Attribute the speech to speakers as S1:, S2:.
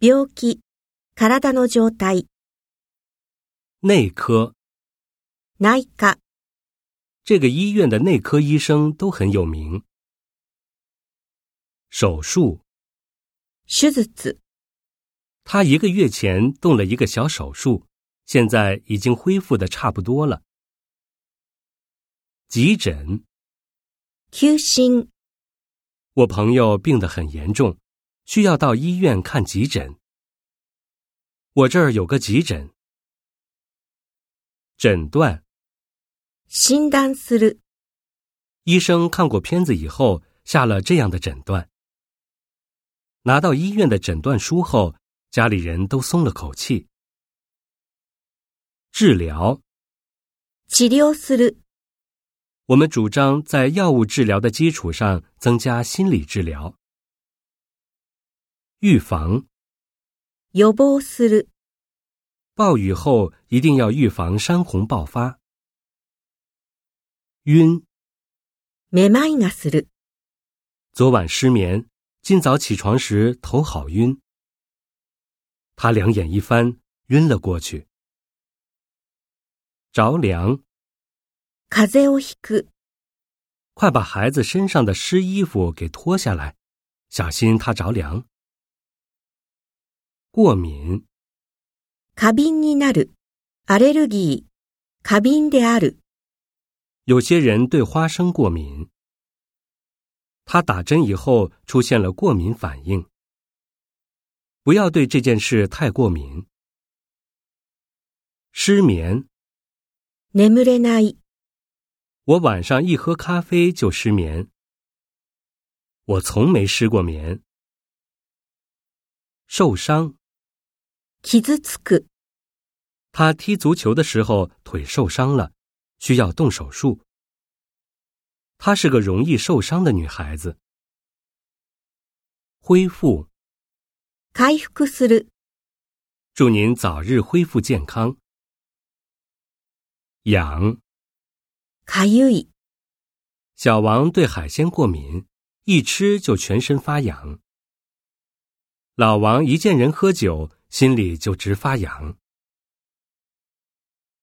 S1: 病気、体の状態、
S2: 内科
S1: 内科、
S2: 这个医院的内科医生都很有名。手术，
S1: 手術、
S2: 他一个月前动了一个小手术，现在已经恢复的差不多了。急诊，
S1: 休診、
S2: 我朋友病得很严重，需要到医院看急诊。我这儿有个急诊。诊断，
S1: 診断する、
S2: 医生看过片子以后下了这样的诊断。拿到医院的诊断书后，家里人都松了口气。治疗，
S1: 治療する、
S2: 我们主张在药物治疗的基础上增加心理治疗。预防，
S1: 予防する、
S2: 暴雨后一定要预防山洪爆发。晕，
S1: めまいがする、
S2: 昨晚失眠，今早起床时头好晕。他两眼一翻，晕了过去。着凉，
S1: 風邪をひく、
S2: 快把孩子身上的湿衣服给脱下来，小心他着凉。过敏，
S1: 過敏になる、アレルギー、過敏である、
S2: 有些人对花生过敏。他打针以后出现了过敏反应。不要对这件事太过敏。失眠，
S1: 眠れない、
S2: 我晚上一喝咖啡就失眠。我从没失过眠。受伤，
S1: 傷つく、
S2: 他踢足球的时候腿受伤了，需要动手术。她是个容易受伤的女孩子。恢复，
S1: 回復する、
S2: 祝您早日恢复健康。痒，
S1: かゆい、
S2: 小王对海鲜过敏，一吃就全身发痒。老王一见人喝酒，心里就直发痒。